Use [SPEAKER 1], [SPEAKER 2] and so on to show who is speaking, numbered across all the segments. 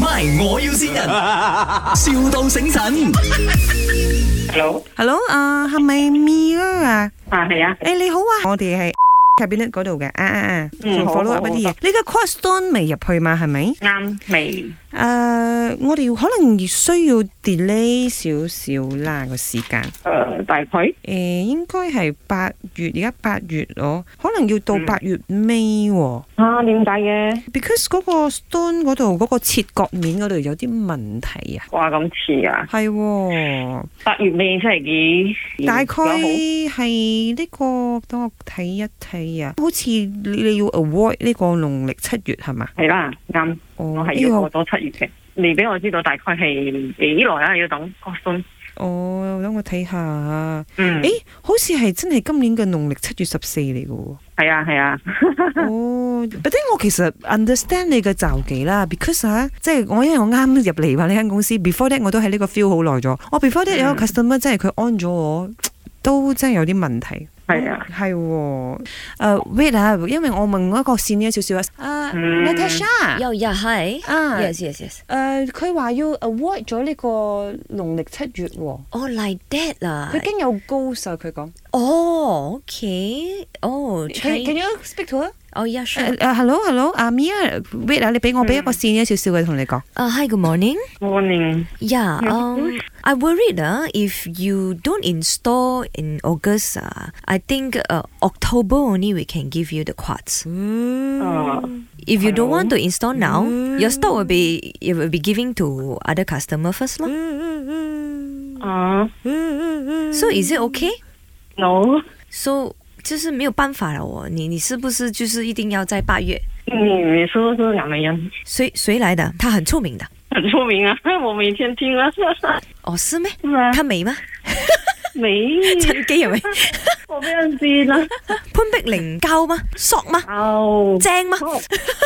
[SPEAKER 1] MY，我要先人，, 笑到醒神。
[SPEAKER 2] Hello，
[SPEAKER 3] Hello，啊，係咪 Mia 啊？
[SPEAKER 2] 啊係啊，
[SPEAKER 3] 誒，你好啊，我哋係 cabinet 嗰度嘅，啊啊啊，
[SPEAKER 2] 嗯
[SPEAKER 3] 仲
[SPEAKER 2] 好
[SPEAKER 3] follow up
[SPEAKER 2] 好
[SPEAKER 3] 一啲嘢
[SPEAKER 2] 好。
[SPEAKER 3] 你嘅 cross stone 未入去嘛？係咪？
[SPEAKER 2] 啱未？
[SPEAKER 3] 誒，我哋可能需要 delay 少少啦個時間。
[SPEAKER 2] 誒大概
[SPEAKER 3] 誒、應該係八月，而家八月咯，可能要到
[SPEAKER 2] 嗯
[SPEAKER 3] 八月尾喎、
[SPEAKER 2] 啊點解嘅？
[SPEAKER 3] because 嗰個 stone 嗰度嗰個切割面嗰度有啲問題啊，
[SPEAKER 2] 哇咁遲啊！
[SPEAKER 3] 係喎、
[SPEAKER 2] 八月尾真係幾
[SPEAKER 3] 大概
[SPEAKER 2] 幾
[SPEAKER 3] 係呢、個，等我睇一睇啊，好似你你要 avoid 呢個農曆七月係嘛？
[SPEAKER 2] 好係啦，啱，我
[SPEAKER 3] 哦，
[SPEAKER 2] 係
[SPEAKER 3] 呢、
[SPEAKER 2] 要
[SPEAKER 3] 個
[SPEAKER 2] 過咗七月嘅。你俾我知道大概係幾耐啊？要等個信，
[SPEAKER 3] 哦，等我睇下，
[SPEAKER 2] 嗯，
[SPEAKER 3] 誒，好似係真係今年嘅農曆七月十四嚟嘅喎。
[SPEAKER 2] 係啊係啊，
[SPEAKER 3] 哦，但係我其實 understand 你嘅就忌啦，because 啊，即係我因為我啱入嚟嘛呢間公司，before that 我都喺呢個 feel 好耐咗，我 before that 有
[SPEAKER 2] 嗯
[SPEAKER 3] 個 customer 真係佢 on 咗我，都真係有啲問題。
[SPEAKER 2] 係啊，
[SPEAKER 3] 係喎，誒 wait 啊，因為我問嗰個 senior 少少啊，誒
[SPEAKER 2] 嗯
[SPEAKER 3] Ờ, Natasha Ờ,
[SPEAKER 4] 又又係
[SPEAKER 3] 啊，
[SPEAKER 4] ，yes yes yes，
[SPEAKER 3] 誒佢話要 avoid 咗呢個農曆七月喎，
[SPEAKER 4] 哦 Oh, like that Oh, 啊，
[SPEAKER 3] 佢經有高手佢講，
[SPEAKER 4] 哦，OK，哦
[SPEAKER 3] 佢 can
[SPEAKER 4] ，Chinese，
[SPEAKER 3] you Uh, speak to her？
[SPEAKER 4] 哦，yeah Oh, sure，
[SPEAKER 3] 誒誒，hello hello，阿 À, Mia，wait 啊，你俾我俾一個 senior 少少嘅同你講。
[SPEAKER 4] 啊，hi，good Uh, morning。
[SPEAKER 2] 我寧
[SPEAKER 4] Yeah, um, I worried uh, if you don't install in August, uh, I think uh, October only we can give you the quads.
[SPEAKER 2] 啊，
[SPEAKER 4] If you don't
[SPEAKER 2] Hello?
[SPEAKER 4] want to install now, your stock will be it will be giving to other customer first, lah.
[SPEAKER 2] 啊
[SPEAKER 4] So is it okay?
[SPEAKER 2] no，
[SPEAKER 4] So 就是没有办法了哦，你你是不是就是一定要在八月？谁谁来的？他很出名的。
[SPEAKER 2] 你你说是哪门人？很出名啊，我每天听啊，是
[SPEAKER 4] 哦，是咩？啊
[SPEAKER 2] 吗？
[SPEAKER 4] 他美吗？
[SPEAKER 2] 没，
[SPEAKER 4] 趁机 系咪？
[SPEAKER 2] 我不要知啦，
[SPEAKER 4] 潘碧玲膠吗？索吗？
[SPEAKER 2] 哦，
[SPEAKER 4] 正吗？
[SPEAKER 2] 哦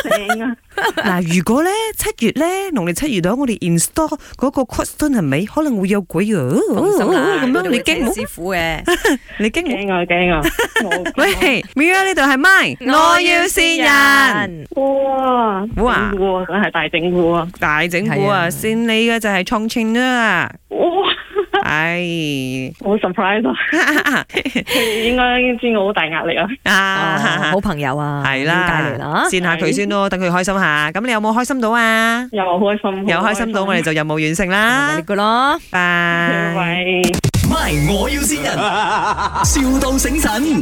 [SPEAKER 2] 正啊！
[SPEAKER 3] 嗱，如果咧七月咧，農曆七月咧，我哋 install 嗰個 cushion 係咪可能會有鬼啊？
[SPEAKER 4] 哦
[SPEAKER 3] 咁樣你驚冇？
[SPEAKER 4] 師傅嘅。
[SPEAKER 3] 你驚冇？
[SPEAKER 2] 驚啊驚啊！我
[SPEAKER 3] 喂，Mira 呢度係咪？善。
[SPEAKER 2] 哇
[SPEAKER 3] 哇
[SPEAKER 2] 整蠱啊，梗係大整蠱啊！
[SPEAKER 3] 大整蠱
[SPEAKER 4] 係
[SPEAKER 3] 啊！
[SPEAKER 4] 啊
[SPEAKER 3] 善你嘅就係創串 啦，
[SPEAKER 2] 哇，
[SPEAKER 3] 唉
[SPEAKER 2] 好 surprise 啊！佢應該知我好大壓力啊！
[SPEAKER 3] 啊
[SPEAKER 4] 哦，好，朋友啊，
[SPEAKER 3] 係啦
[SPEAKER 4] 了解你啦，
[SPEAKER 3] 善下佢先咯，等佢開心下。咁你有冇開心到啊？
[SPEAKER 2] 又開心，
[SPEAKER 3] 有開心 到，我哋就任務完成啦
[SPEAKER 4] 你。個咯。
[SPEAKER 3] 拜。
[SPEAKER 2] 喂。
[SPEAKER 1] MY，我要先人，,笑到醒神。